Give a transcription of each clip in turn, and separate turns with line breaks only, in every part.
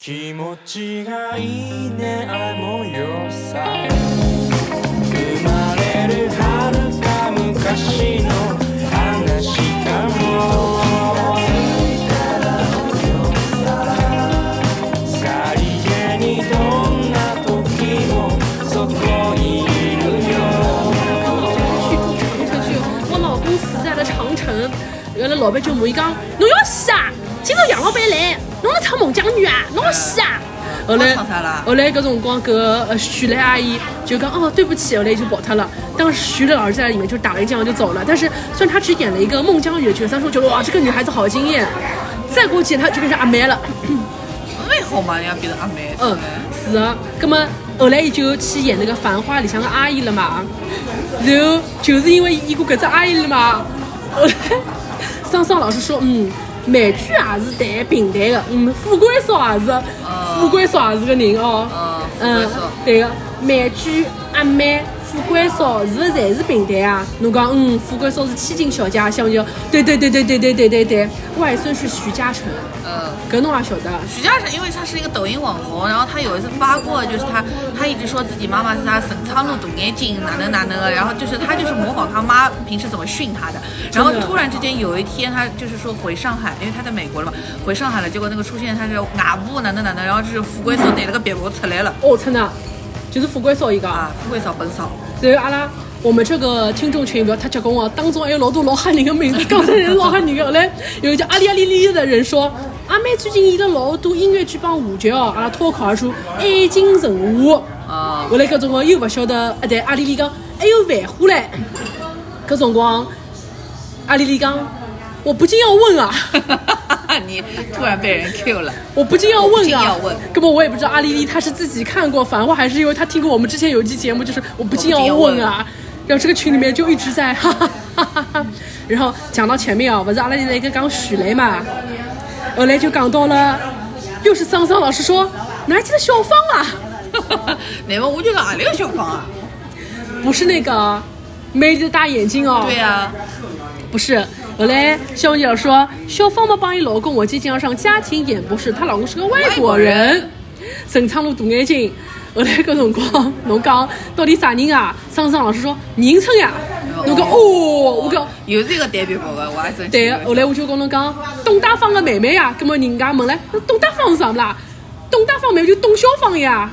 気持ちがいいね愛もよさ生まれる遥か昔の話かもさりげにどんな時もそこにいるよ
去住长城去，我老公死在了长城。原来老板就问伊讲，侬要死啊？今朝杨老板来，侬辣唱孟姜女啊？侬要死啊？后来
我唱啥啦
后来搿辰光，搿个呃徐来阿姨就讲哦，对不起，后来就跑脱了。当时徐来老师在里面就打了一酱就走了。但是虽然她只演了一个孟姜女的角色，但是我觉得哇，这个女孩子好惊艳。再过几年，她就变成阿妹了。
蛮好嘛，人家变成阿妹，
嗯，是的。那么后来伊就去演那个《繁花》里向的阿姨了嘛，然后就是因为演过搿只阿姨了嘛， 后来桑桑老师说，嗯，美剧也是谈平台的，嗯，富贵嫂也是，富贵嫂也是个人哦，
嗯
嗯
哦富贵嫂，
对个，美剧阿妹。富贵嫂是不是侪是平台啊？侬讲，嗯，富贵嫂是千金小姐，想不想？对对对对对对对对对，外孙是徐嘉诚，
嗯。
搿侬也晓得。啊
徐嘉诚，因为他是一个抖音网红，然后他有一次发过，就是他他一直说自己妈妈是他沈昌路独眼睛，哪能哪能，然后就是他就是模仿他妈平时怎么训他的，然后突然之间有一天他就是说回上海，因为他在美国了嘛，回上海了，结果那个出现他是外婆哪能哪能，然后就是富贵嫂拿了个别膜出来了
哦，真的，就是富贵嫂伊个。
啊，富贵嫂本嫂，
然后阿拉我们这个听众群不要太结棍哦，当中还有老多老吓人的名字，刚才是老吓人的。后来有一个叫阿里阿里里的人说，阿妹最近演了老多音乐剧帮话剧哦，阿拉脱口而出《爱情神话》。
啊
后来搿辰光又勿晓得，啊对，阿里里讲，还有繁花嘞。搿辰光，阿里里讲，我不禁要问啊。
你突然被人 Q 了，
我不禁要
我不
问
禁
啊，
要问
根本我也不知道阿丽丽她是自己看过《繁花》，还是因为她听过我们之前有一期节目，就是我不禁要
我不禁
问
要
啊。然后这个群里面就一直在哈 哈哈哈哈。然后讲到前面啊，不是阿拉现在一个讲徐雷嘛，后来就讲到了，又是桑桑老师说，哪还记得小芳啊？
那么我就是阿里个小芳啊，
不是那个妹子大眼睛哦，
对啊呀、
不是。后来肖姐说，肖芳嘛帮伊老公，我记得要上家庭演播室，她老公是个外国
外国
人
人，
沈昌路大眼睛。后来搿辰光，侬讲到底啥人啊？桑桑老师说宁春呀，侬讲哦，我讲
又是一个代表膜的，我还真
对
是
个。后来我就跟侬讲，董大方个妹妹呀，葛么人家问了，那董大方是啥么啦？董大方妹妹就董小芳呀。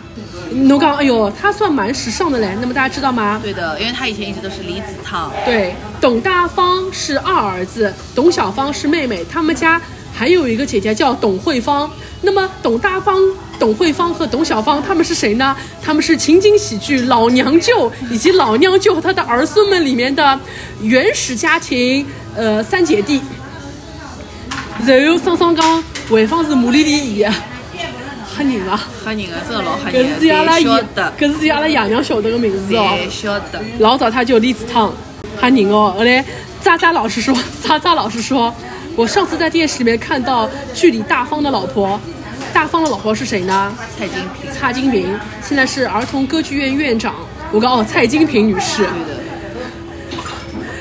侬讲，哎哟，她算蛮时尚的嘞。那么大家知道吗？
对的，因为他以前一直都是离子烫。
对，董大方是二儿子，董小芳是妹妹，他们家还有一个姐姐叫董慧芳。那么董大方、董慧芳和董小芳他们是谁呢？他们是情景喜剧《老娘舅》以及《老娘舅和他的儿孙们》里面的原始家庭，呃，三姐弟。然后桑桑讲，慧芳是马丽丽演的，吓人啊！
吓人啊，真的老吓人
搿是阿
啊！
拉
谁
爷
晓得，？
搿是阿拉爷娘晓得个名字哦。
谁晓得？
老早他就有栗子烫，喊人哦。后来渣渣老师说，渣渣老师说，我上次在电视里面看到剧里大方的老婆，大方的老婆是谁呢？
蔡金平，
蔡金平，现在是儿童歌剧院院长。我告哦，蔡金平女士。
对的，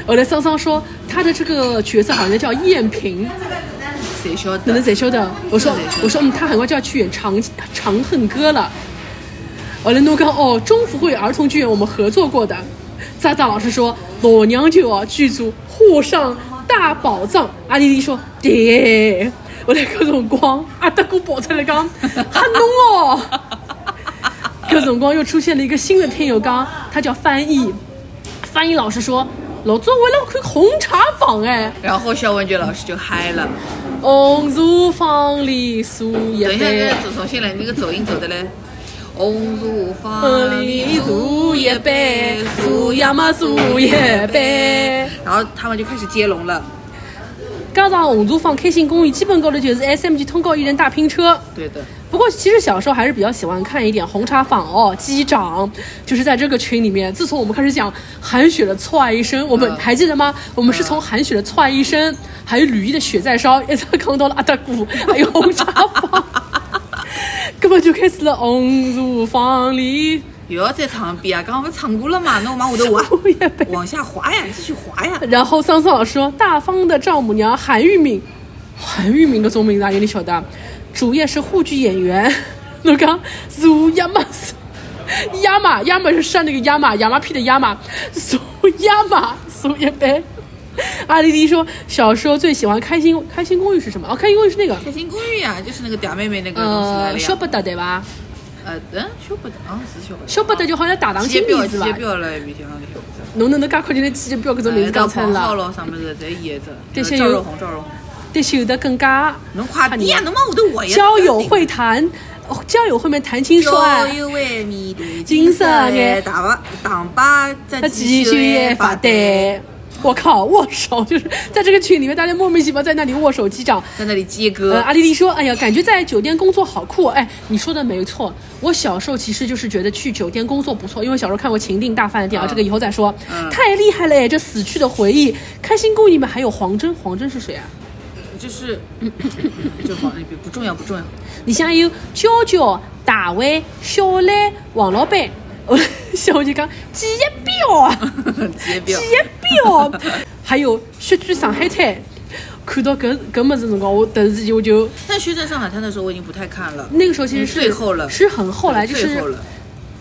后来桑桑说，她的这个角色好像叫艳萍，
谁晓
哪能
得？
才晓得？我说
哪能才晓得
我说嗯，她很快就要去演长《长恨歌》了。后来侬讲哦，中福会儿童剧院我们合作过的。渣渣老师说，老娘舅啊，剧组沪上大宝藏。阿丽丽说，对。后来搿辰光，啊阿德哥跑出来讲，吓侬哦。搿辰光又出现了一个新的听友刚，他叫翻译。翻译老师说，老早为了看红茶坊哎。
然后肖文觉老师就嗨了。
红茶坊里数一
等一下，
杯
再，重新来，那个走音走的嘞。 红烛
呃
房
里
里
数
煮
一
一
杯
杯，，
数
煮
呀嘛数一杯。。
然后他们就开始接龙了。
加上红茶坊开心公寓，基本高头就是 S M G 通告艺人大拼车。
对的，
不过其实小时候还是比较喜欢看一点红茶坊哦，机长就是在这个群里面，自从我们开始讲韩雪的《错爱一生》，我们
嗯
还记得吗？我们是从韩雪的《错爱一生》，还有吕一的《雪在烧》，一直讲到了阿达古，哎还有红茶坊， 根本就开始了红茶坊里
又要再唱一遍啊！刚刚不是唱过了嘛？那我往下头滑，
树叶杯。
往下滑呀，继续滑呀。
然后桑桑老师说，大方的丈母娘韩玉敏，韩玉敏个中文名字啊，有点晓得啊。主业是沪剧演员。那刚苏亚马斯，亚马亚马是上那个亚马亚麻屁的亚马，苏亚马苏亚呗。阿丽迪说，小时候最喜欢《开心开心公寓》是什么？哦，《开心公寓》是那个
开心公寓啊，就是那个嗲妹妹嗯那个啊东西来
呃
了
s h o
呀。
p 的对吧
呃，嗯，小不的啊，是小不的。
s h o p 的就好像打篮
揭
球
表
名字吧
揭？表了，面向的小不的。
侬哪能介快就能记得标搿种名字
呃，
讲出来
黄浩
了？
咯，啥么子侪演着。
这些
赵
有
若红，赵若红，
得秀得更加
侬快点呀，侬往我头活呀。
交友会谈，哦交友会面谈情说
交
爱，
友会面对
金
金
色
色
眼
眼，大把大把在
他继续也发呆。我靠， 握手就是在这个群里面，大家莫名其妙在那里握手击掌。
在那里接
呃，
歌。
阿丽丽说：“哎呀，感觉在酒店工作好酷。”哎，你说的没错，我小时候其实就是觉得去酒店工作不错，因为小时候看过《情定大饭店》啊，
嗯
这个以后再说。
嗯
太厉害了哎，这死去的回忆。开心公寓里面还有黄真，黄真是谁啊？
就是， 就好像不重要不重要。
里向还有娇娇、大卫、小兰、王老板。 我小就讲记一表啊，
揭
记
表，
一表。啊还有血剧上海滩，看到搿搿么子辰光，我突然之间我就
但《血战上海滩》的时候我已经不太看了，
那个时候其实是
最后了
是很后来，就是
最后了。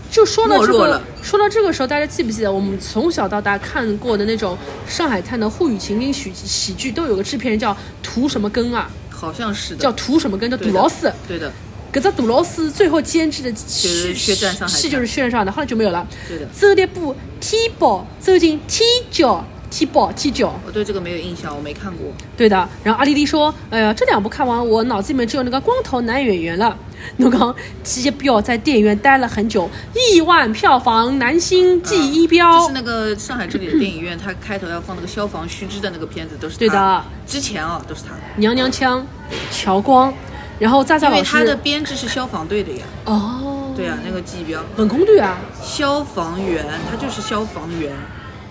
就说到这
没落
个
了，
说到这个时候，大家记不记得我们从小到大看过的那种上海滩的沪语情景喜喜剧，都有个制片人叫涂什么根啊，
好像是的，
叫涂什么根，叫
对
杜
的
老四。
对的，
搿只杜老师最后监制的
是血战上海滩
戏就是《血战上海滩》，后来就没有了。
对的
走一步踢爆，走进踢脚，踢爆踢脚，
我对这个没有印象，我没看过。
对的。然后阿丽丽说：“哎呀，这两部看完，我脑子里面只有那个光头男演员了。” 侬讲一标在电影院待了很久，亿万票房男星季一
啊就
标
是。那个上海这里的电影院，它开头要放那个消防须知的那个片子，都是他
对的。
之前啊，都是他，
娘娘腔，乔光，然后渣渣
因为
老
他的
师
编制是消防队的呀。
哦，
对啊，那个记标，
文工队啊，
消防员，他就是消防员，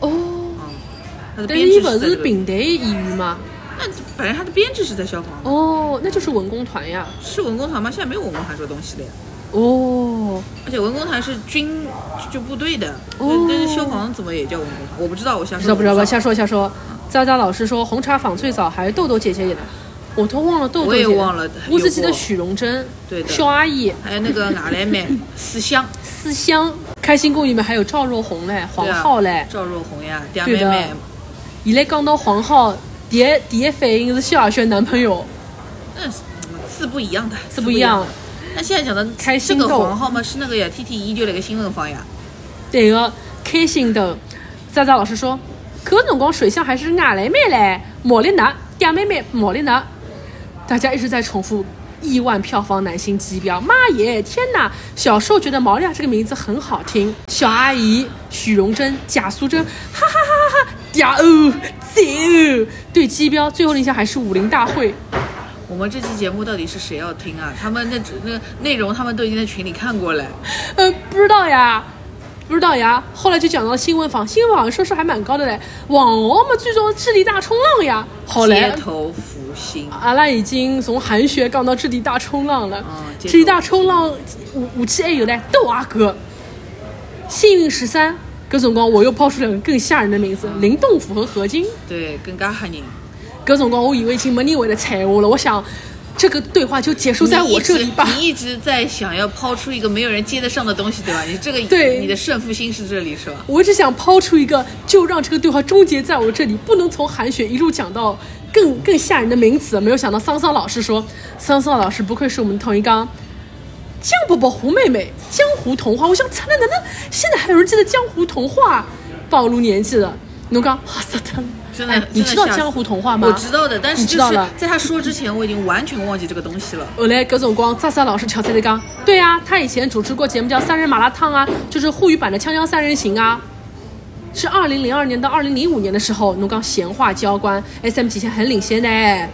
哦，
他
但
的编
伊
制
不
在这
是
个
平台演员吗？
那反正他的编制是在消防，
哦，那就是文工团呀，
是文工团吗？现在没有文工团这个东西的呀。
哦，
而且文工团是军就部队的，
哦
但是消防怎么也叫文工团？我不知道，我瞎
不知道
说。
不知道吧，
我
瞎说瞎说。渣渣老师说红茶坊最早还是豆豆姐姐演的，我都忘了豆豆姐姐，
我也忘了
我只记
有
得
过
许荣珍，
对的
肖阿姨，
还有那个哪来妹思香，
思乡。开心公寓里面还有赵若红嘞，黄
对啊
浩嘞。
赵若红呀，嗲
对
妹
的
妹，
现在讲到黄浩，第一第一反应是萧亚轩男朋友，
那是嗯字不一样的，
是
字
不
不
一
样
样
的。。那现在讲的
开
这
心
个
豆
黄号嘛，是那个呀，T T 依旧那个新闻方呀，
对个开心的，渣渣老师说，搿辰光水象还是外来妹嘞，毛丽娜，嗲妹妹毛丽娜，大家一直在重复亿万票房男星级标，妈耶，天哪！小时候觉得毛利亚这个名字很好听，小阿姨许荣珍、贾素贞，哈哈哈哈哈，嗲哦，贼哦，对机标最后的印象还是武林大会，
我们这期节目到底是谁要听啊？他们那那个内容，他们都已经在群里看过了。
呃，不知道呀，不知道呀。后来就讲到新闻坊，新闻坊收视还蛮高的嘞。网红嘛，最终智力大冲浪呀。好
街
嘞，
头福星，
阿拉已经从韩雪杠到智力大冲浪了。
嗯接
智力大冲浪武武器还有嘞，豆阿哥，幸运十三。搿辰光我又抛出两个更吓人的名字，林动甫和何晶。
对，更加吓人。
搿辰光我以为已经没人会来踩我了，我想这个对话就结束在我这里吧。
你一直你一直在想要抛出一个没有人接得上的东西，对吧？你这个
对
你的胜负心是这里是吧？
我只想抛出一个，就让这个对话终结在我这里，不能从韩雪一路讲到更更吓人的名词。没有想到桑桑老师说，桑桑老师不愧是我们同一刚。江伯伯、胡妹妹，江湖童话，我想惨了，难道现在还有人记得江湖童话？暴露年纪了，侬讲吓死他了！
真的，
哎
真的
你知道
吓死
江湖童话吗？
我知道的，但是
你知
就
道
是
了
在他说之前，我已经完全忘记这个东西了。
后来搿辰光，扎萨老师乔菜的讲，对啊，他以前主持过节目叫《三人麻辣烫》啊，就是沪语版的《锵锵三人行》啊。是二零零二年到二零零五年的时候，侬讲闲话教官 S M 体现很领先呢。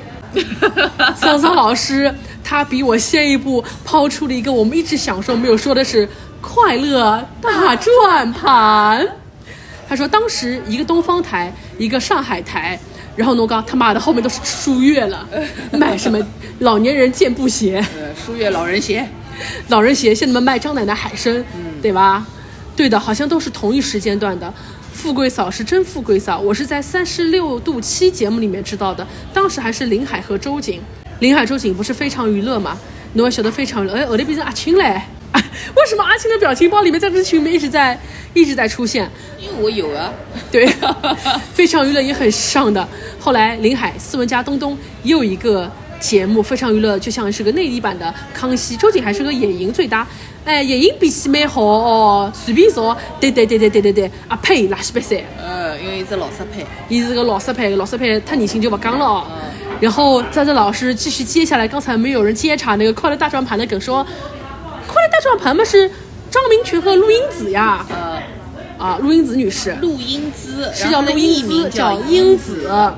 桑桑老师他比我先一步抛出了一个我们一直想说没有说的是快乐大转盘。他说当时一个东方台，一个上海台，然后侬讲他妈的后面都是书月了，卖什么老年人健步鞋。
呃，书月老人鞋，
老人鞋现在卖张奶奶海参，对吧？对的，好像都是同一时间段的。富贵嫂是真富贵嫂，我是在三十六度七节目里面知道的，当时还是林海和周瑾。林海、周瑾不是非常娱乐嘛？侬会晓得非常热。哎，后头变成阿青嘞、 啊为什么阿青的表情包里面在这群里面一直在一直在出现？
因为我有啊，
对，非常娱乐也很上的。后来林海、斯文佳、东东也有一个节目，非常娱乐就像是个内地版的康熙，周瑾还是和野营最搭。哎，野营脾气蛮好哦，随便造，对对对对对对对，啊阿呸，垃圾瘪三。
呃，因为一只老色胚，
伊是个老色派，老色派太年轻就不讲了哦。然后在这老师继续接下来，刚才没有人接茬那个快乐大转盘的梗，说快乐大转盘嘛是张明群和陆英子呀，
呃，
啊，陆英子女士
陆英姿，
是
然
叫
后她
陆
的
英
艺
子，叫
名叫
英
英
子。啊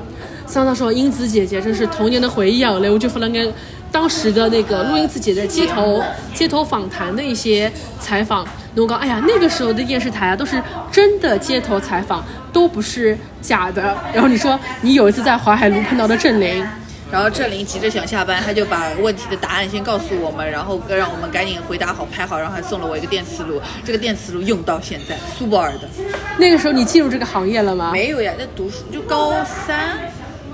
桑桑说英子姐姐真是童年的回忆啊！后来我就发了跟当时的那个陆英子姐姐街头街头访谈的一些采访，我讲哎呀，那个时候的电视台啊都是真的街头采访，都不是假的。然后你说你有一次在淮海路碰到的郑琳，
然后郑琳急着想下班，她就把问题的答案先告诉我们，然后让我们赶紧回答好、拍好，然后还送了我一个电磁炉，这个电磁炉用到现在，苏泊尔的。
那个时候你进入这个行业了吗？
没有呀，在读书就高三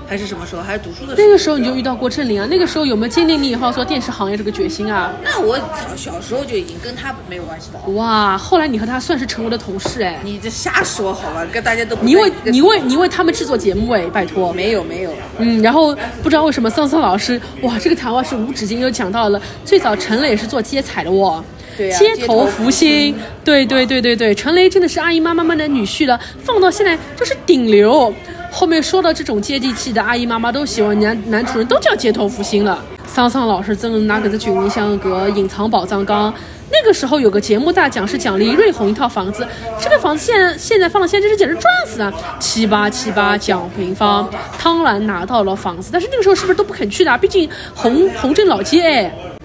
还是什么时候，还是读书的时
那
候。
个时候你就遇到过郑琳啊？那个时候有没有坚定你以后要做电视行业这个决心啊？
那我早小时候就已经跟他没有关系了。
哇，后来你和她算是成为了同事哎。
你这瞎说好吧，跟大家都不
你为
在一个
你为你为他们制作节目哎，拜托。
没有没有，
嗯，然后不知道为什么桑桑老师，哇，这个谈话是无止境，又讲到了最早陈磊是做街采的哦。
对呀
街
街
头
头
福
福
星，对对对对对，陈雷真的是阿姨妈妈们的女婿了，放到现在就是顶流。后面说到这种接地气的阿姨妈妈都喜欢男男主人都叫街头福星了。桑桑老师真的拿搿只群里向搿隐藏宝藏缸。那个时候有个节目大奖是奖励瑞红一套房子，这个房子现在现在放到现在这是简直赚死了，七八七八奖平方，当然拿到了房子，但是那个时候是不是都不肯去的啊？毕竟红红镇老街哎。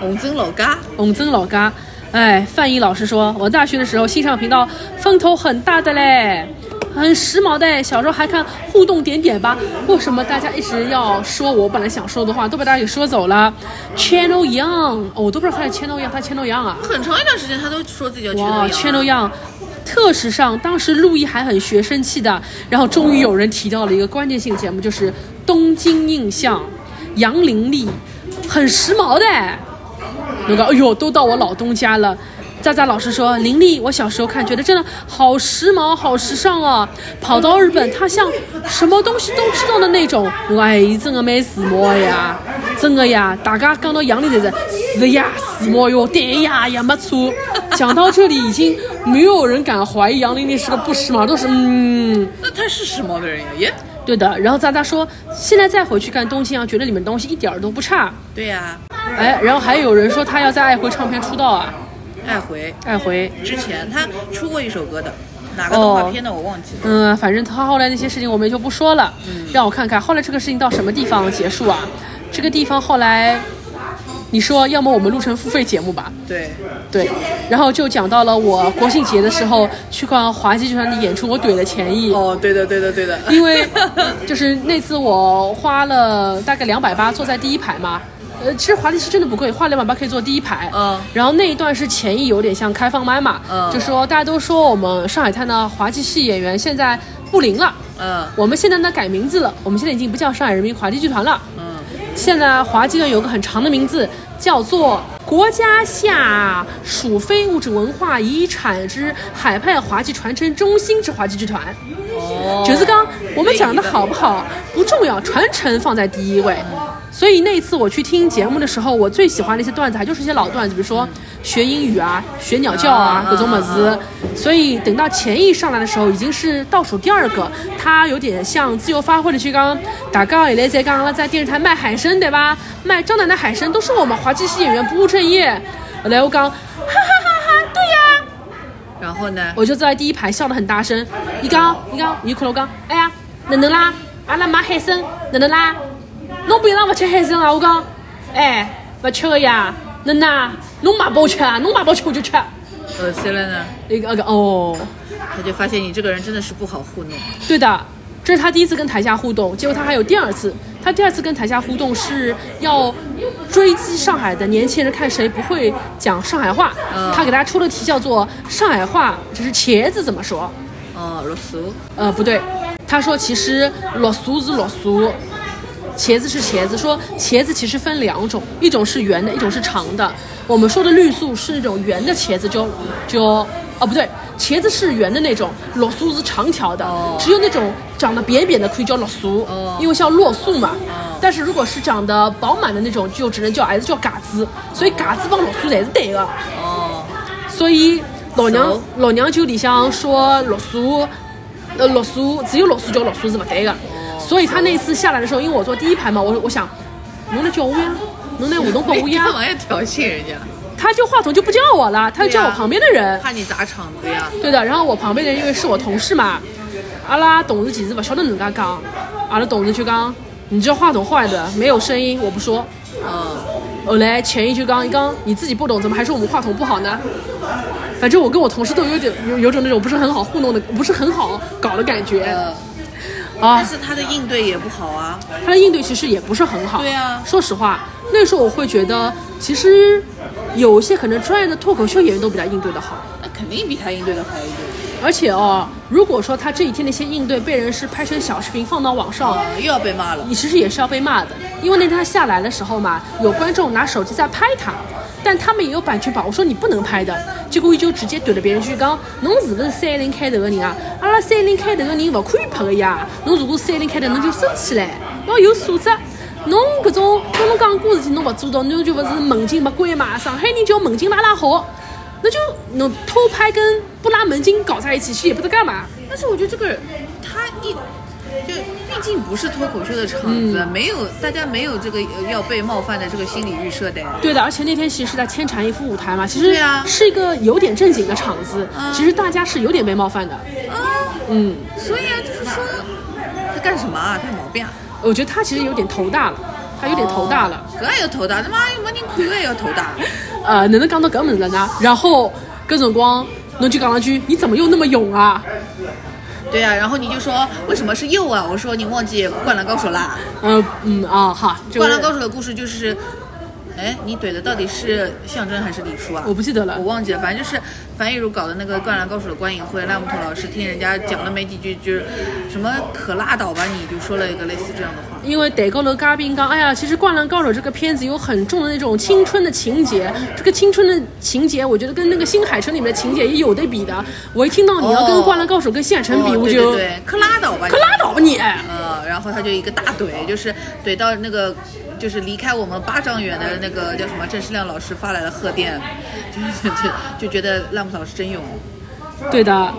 红曾老家
洪曾老家。哎，范毅老师说，我大学的时候欣赏频道风头很大的嘞，很时髦的。小时候还看互动点点吧。为什么大家一直要说我本来想说的话都被大家给说走了？Channel Young，、哦、我都不知道他是 Channel Young，他 Channel Young 啊。
很长一段时间他都说自己叫
哇
c h a n
，Channel Young，特时尚，当时陆毅还很学生气的。然后终于有人提到了一个关键性节目，就是《东京印象》，杨玲丽，很时髦的。那个，哎呦，都到我老东家了。渣渣老师说，林丽，我小时候看觉得真的好时髦、好时尚哦。跑到日本，她像什么东西都知道的那种。我哎，伊真的蛮时髦的呀，真的呀。大家讲到杨丽就是是呀，时髦哟，对呀，也没错。讲到这里，已经没有人敢怀疑杨丽丽是个不时髦，都是嗯。
那他是时髦的人呀耶。
对的，然后渣渣说，现在再回去看《东京啊，觉得里面东西一点儿都不差。
对呀、
哎，然后还有人说她要在爱回唱片出道啊，
爱回
爱回。
之前他出过一首歌的，哪个动画片的我忘记了。
嗯，反正他后来那些事情我们就不说了。
嗯
让我看看后来这个事情到什么地方结束啊？这个地方后来，你说要么我们录成付费节目吧？
对，
对，然后就讲到了我国庆节的时候去看华剧剧团的演出，我怼了钱毅。
哦，对的对的对的，
因为就是那次我花了大概两百八坐在第一排嘛。呃，其实华丽是真的不贵，花两百八可以坐第一排。
嗯
然后那一段是前一有点像开放麦嘛，
嗯
就说大家都说我们上海滩的滑稽戏演员现在不灵了，
嗯
我们现在呢改名字了，我们现在已经不叫上海人民滑稽剧团了，
嗯，
现在滑稽呢有个很长的名字，叫做国家下属非物质文化遗产之海派滑稽传承中心之滑稽剧团。
哦
就是刚我们讲的好不好不重要，传承放在第一位。所以那一次我去听节目的时候，我最喜欢的一些段子还就是一些老段子，比如说学英语啊、学鸟叫啊
啊
各种么子。所以等到钱毅上来的时候，已经是倒数第二个，他有点像自由发挥的去刚打高以类在刚刚在电视台卖海参对吧？卖张奶奶海参都是我们滑稽戏演员不务正业。后来我讲，哈哈哈哈，对呀、
然后呢？
我就坐在第一排笑得很大声。伊讲，伊讲，伊看了我讲，哎呀，哪能啦？阿拉买啊海参，哪能啦？侬平常勿吃海参啊？我讲，哎，勿吃个呀？哪能啊？侬买拨我吃啊？侬买拨我吃我就吃。
呃，谁来呢？
伊讲，讲哦，
他就发现你这个人真的是不好糊弄。
对的，这是他第一次跟台下互动，结果他还有第二次。他第二次跟台下互动是要追击上海的年轻人，看谁不会讲上海话。
嗯
他给大家出了题，叫做“上海话”，就是茄子怎么说。
哦，罗素，
呃，不对，他说其实落俗是落俗，茄子是茄子，说茄子其实分两种，一种是圆的，一种是长的。我们说的绿素是那种圆的茄子就，就哦不对，茄子是圆的那种，裸素是长条的，只有那种长得扁扁的可以叫裸素，因为叫裸素嘛。但是如果是长得饱满的那种，就只能叫还是叫嘎子，所以嘎子帮裸素才是对的。
哦，
所以老娘
熟
老娘舅里向说绿素，呃，绿素只有绿素叫绿素是不对的。
哦
所以他那次下来的时候，因为我坐第一排嘛，我我想，侬来叫我呀，侬来活动帮我
你
呀
干，嘛要挑衅人家？
他就话筒就不叫我了，他就
啊
叫我旁边的人。
怕你砸场子呀？
对的，然后我旁边的人因为是我同事嘛，阿拉同事其实不晓得人家讲，阿拉同事就讲，你这话筒坏的，没有声音，我不说。
嗯，
后来前一句刚一刚你自己不懂，怎么还说我们话筒不好呢？反正我跟我同事都有点有有种那种不是很好糊弄的，不是很好搞的感觉
呃，
啊
但。是他的应对也不好啊。
他的应对其实也不是很好。
对啊
说实话，那个时候我会觉得，其实有一些可能专业的脱口秀演员都比他应对的好。
那肯定比他应对的好一点。
而且哦，如果说他这一天的一些应对被人是拍成小视频放到网上，
啊，又要被骂了。
你其实也是要被骂的，因为那天他下来的时候嘛，有观众拿手机在拍他，但他们也有版权保护，说你不能拍的。结果伊就直接怼了别人一句讲，侬是不是三零开头的人啊？阿拉三零开头的人不可以拍的呀！侬如果三零开头，侬就生气嘞，要有素质。侬搿种跟侬讲过事体，侬勿做到，侬就勿是门禁勿关嘛。上海人叫门禁拉拉好，那就侬偷拍跟不拉门禁搞在一起，其实也不知道干嘛。
但是我觉得这个人他一就毕竟不是脱口秀的场子，
嗯
没有大家没有这个呃要被冒犯的这个心理预设的呀。
对的，而且那天其实是在千禅一夫舞台嘛，其实
对啊嗯
是一个有点正经的场子，其实大家是有点被冒犯的。
啊，
嗯，
所以啊，就是说他干什么啊？他有毛病啊？
我觉得他其实有点头大了，他有点头大了。
搿也要头大，他妈有没人看搿也要头 大。
呃，哪能讲到搿么子了呢？然后搿辰光，侬就讲了句：“你怎么又那么勇啊
对啊，然后你就说为什么是又啊？我说你忘记《灌篮高手》啦，？”
呃嗯啊哈，
《
就
灌篮
是
高手》的故事就是。哎，你怼的到底是象征还是李叔啊？
我不记得了
我忘记了。反正就是樊亦儒搞的那个《灌篮高手》的观影会，赖木头老师听人家讲了没几句，就是什么可拉倒吧你，就说了一个类似这样的话。
因为得高楼嘉宾刚，哎呀，其实《灌篮高手》这个片子有很重的那种青春的情节，这个青春的情节，我觉得跟那个《新海诚》里面的情节也有的比的。我一听到你要跟
哦
《灌篮高手》跟《新海诚》比，
哦
我
对
就
对对，可拉倒吧你，
可拉倒吧你！
呃，然后他就一个大怼，就是怼到那个，就是离开我们八丈远的那个叫什么郑世亮老师发来的贺电，就是就就觉得烂木老师真勇，
对的。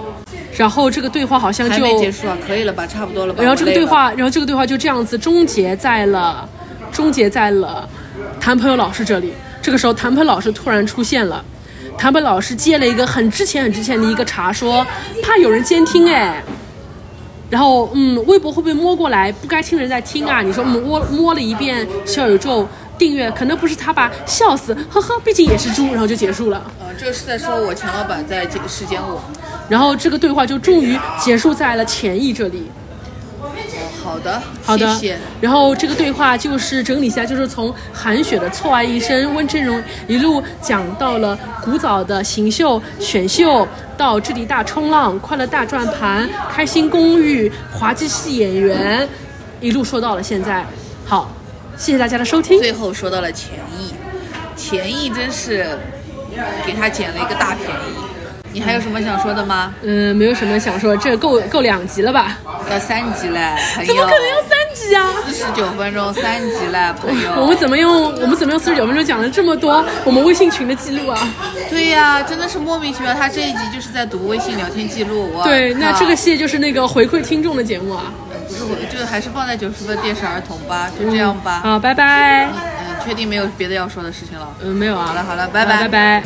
然后这个对话好像
还
就，
没结束啊，可以了吧，差不多了吧。
然后这个
我累
对
了，
话，然后这个对话就这样子终结在了，终结在了谭朋友老师这里。这个时候，谭朋友老师突然出现了。谭朋友老师接了一个很之前、很之前的一个茬，说怕有人监听哎。然后，嗯，微博会不会摸过来？不该听的人在听啊！你说，嗯，摸摸了一遍小宇宙订阅，可能不是他吧？笑死，呵呵，毕竟也是猪。然后就结束了。
呃，这是在说我钱老板在监视监我。
然后这个对话就终于结束在了钱毅这里。
好的，
好的，
谢谢。
然后这个对话就是整理一下，就是从韩雪的错爱一生、温峥嵘一路讲到了古早的行秀、选秀，到智力大冲浪、快乐大转盘、开心公寓、滑稽戏演员，一路说到了现在。好，谢谢大家的收听。
最后说到了钱毅，钱毅真是给他捡了一个大便宜。你还有什么想说的吗？
嗯、没有什么想说，这够够两集了吧？
要三级嘞，朋友。
怎么可能要三集啊？
四十九分钟三集了，朋友。
我们怎么用我们怎么用四十九分钟讲了这么多我们微信群的记录啊？
对呀、真的是莫名其妙，他这一集就是在读微信聊天记录。我
对，
靠
那这个戏就是那个回馈听众的节目啊。
不是我，就还是放在九十分电视儿童吧，就这样吧。
好，拜拜。
嗯，确定没有别的要说的事情了。
嗯，没有啊。
好了好了，拜拜
拜拜。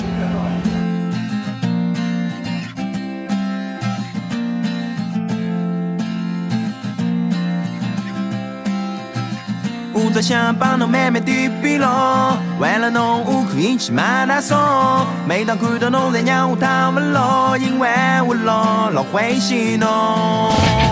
우자샹바노매매디비로왜라농우크인치마라소每当看到侬在让我他们落，因为我落落欢喜侬。哦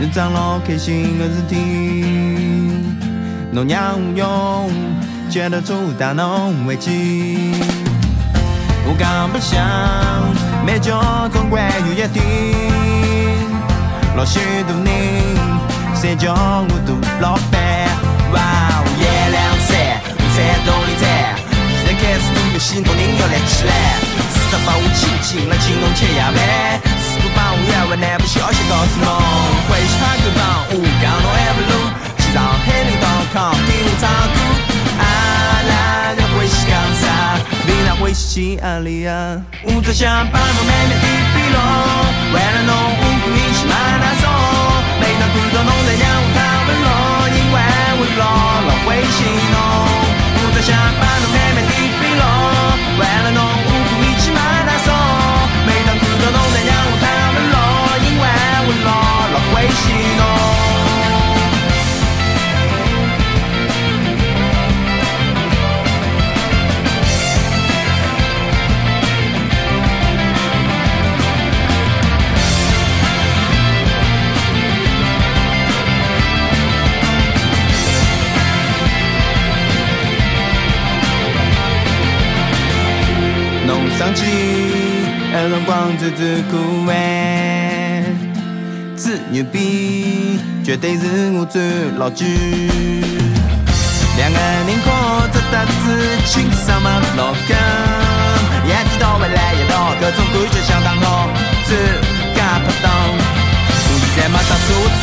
日常老开心的事体，侬让我觉得出大脑危机。我讲不响，每朝总归有一天，老许多人谁叫我做老板？哇哦，一两三，五彩动力彩，现在开始做游戏，侬人要立起来，试着把我亲近了，请侬吃夜饭，试图把我约会内部消息告诉侬，欢喜他个帮我讲侬还不如去上海人 .com 听我唱歌，阿拉个欢喜讲啥？你那欢喜阿里啊？我只想把侬慢慢地变老，为了侬我故意去买那种，每当看到侬在让我太不牢，因为我老老欢喜侬。我只想把侬慢慢地变老，为了侬我故意去买那种，每当看到侬在让我太不牢，因为我老老欢喜侬。弄上去，的辰光只只可爱，吹牛逼绝对是我最老句。两个人靠着搭子，轻松嘛老梗，一天到晚来一道，搿种感觉相当好，最假不当。我现在没得车子，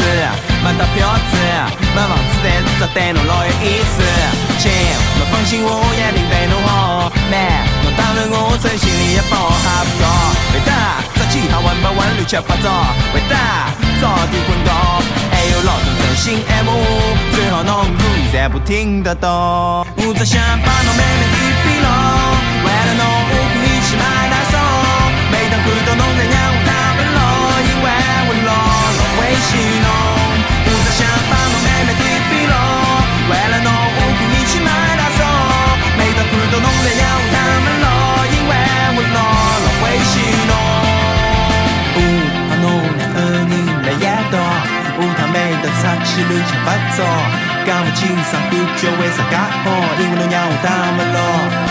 没得票子，没房子，但是这对侬老有意思。亲，侬放心，我一定对侬好。妹，侬当然我真心里一包哈不要。会得，这几趟混不混乱七八糟。会得，早点滚觉。还有老多真心爱慕我，最好侬我现在不听得到。我只想把侬慢慢地变老，为了侬我故意去买那双。每当看到侬在让我打不牢，因为我老老欢喜侬。我只想把侬慢慢地变老，为了侬我故意去买那双。每当看到侬在让我打不牢，因为我老老欢喜侬。我和侬两个人辣一道，下趟每得出去乱七八糟，讲勿清爽感觉为啥介好，因为侬让我打不牢。